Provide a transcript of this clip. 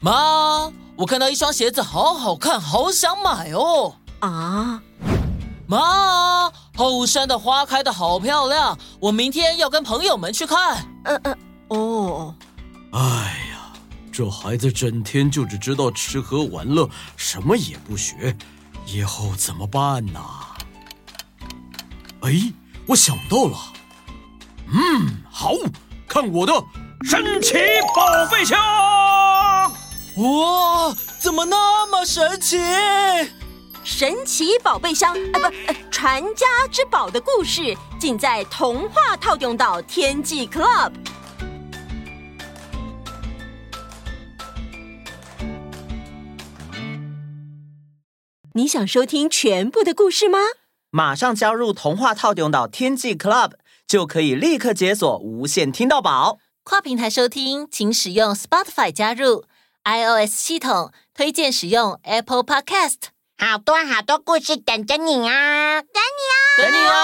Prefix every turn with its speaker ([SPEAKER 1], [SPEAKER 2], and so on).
[SPEAKER 1] 妈，我看到一双鞋子好好看，好想买哦！
[SPEAKER 2] 啊，
[SPEAKER 1] 妈，后山的花开的好漂亮，我明天要跟朋友们去看。
[SPEAKER 2] 呃呃，哦，
[SPEAKER 3] 哎呀，这孩子整天就只知道吃喝玩乐，什么也不学，以后怎么办呐？哎，我想到了，嗯，好看我的神奇宝贝箱！
[SPEAKER 1] 哇，怎么那么神奇？
[SPEAKER 2] 神奇宝贝箱啊，不，呃传家之宝的故事，尽在童话套用到天际 Club。你想收听全部的故事吗？
[SPEAKER 4] 马上加入童话套用岛天际 Club，就可以立刻解锁无限听到宝。
[SPEAKER 5] 跨平台收听，请使用 Spotify 加入 iOS 系统，推荐使用 Apple Podcast。
[SPEAKER 6] 好多好多故事等着你啊！
[SPEAKER 5] 等你哦。
[SPEAKER 2] 哦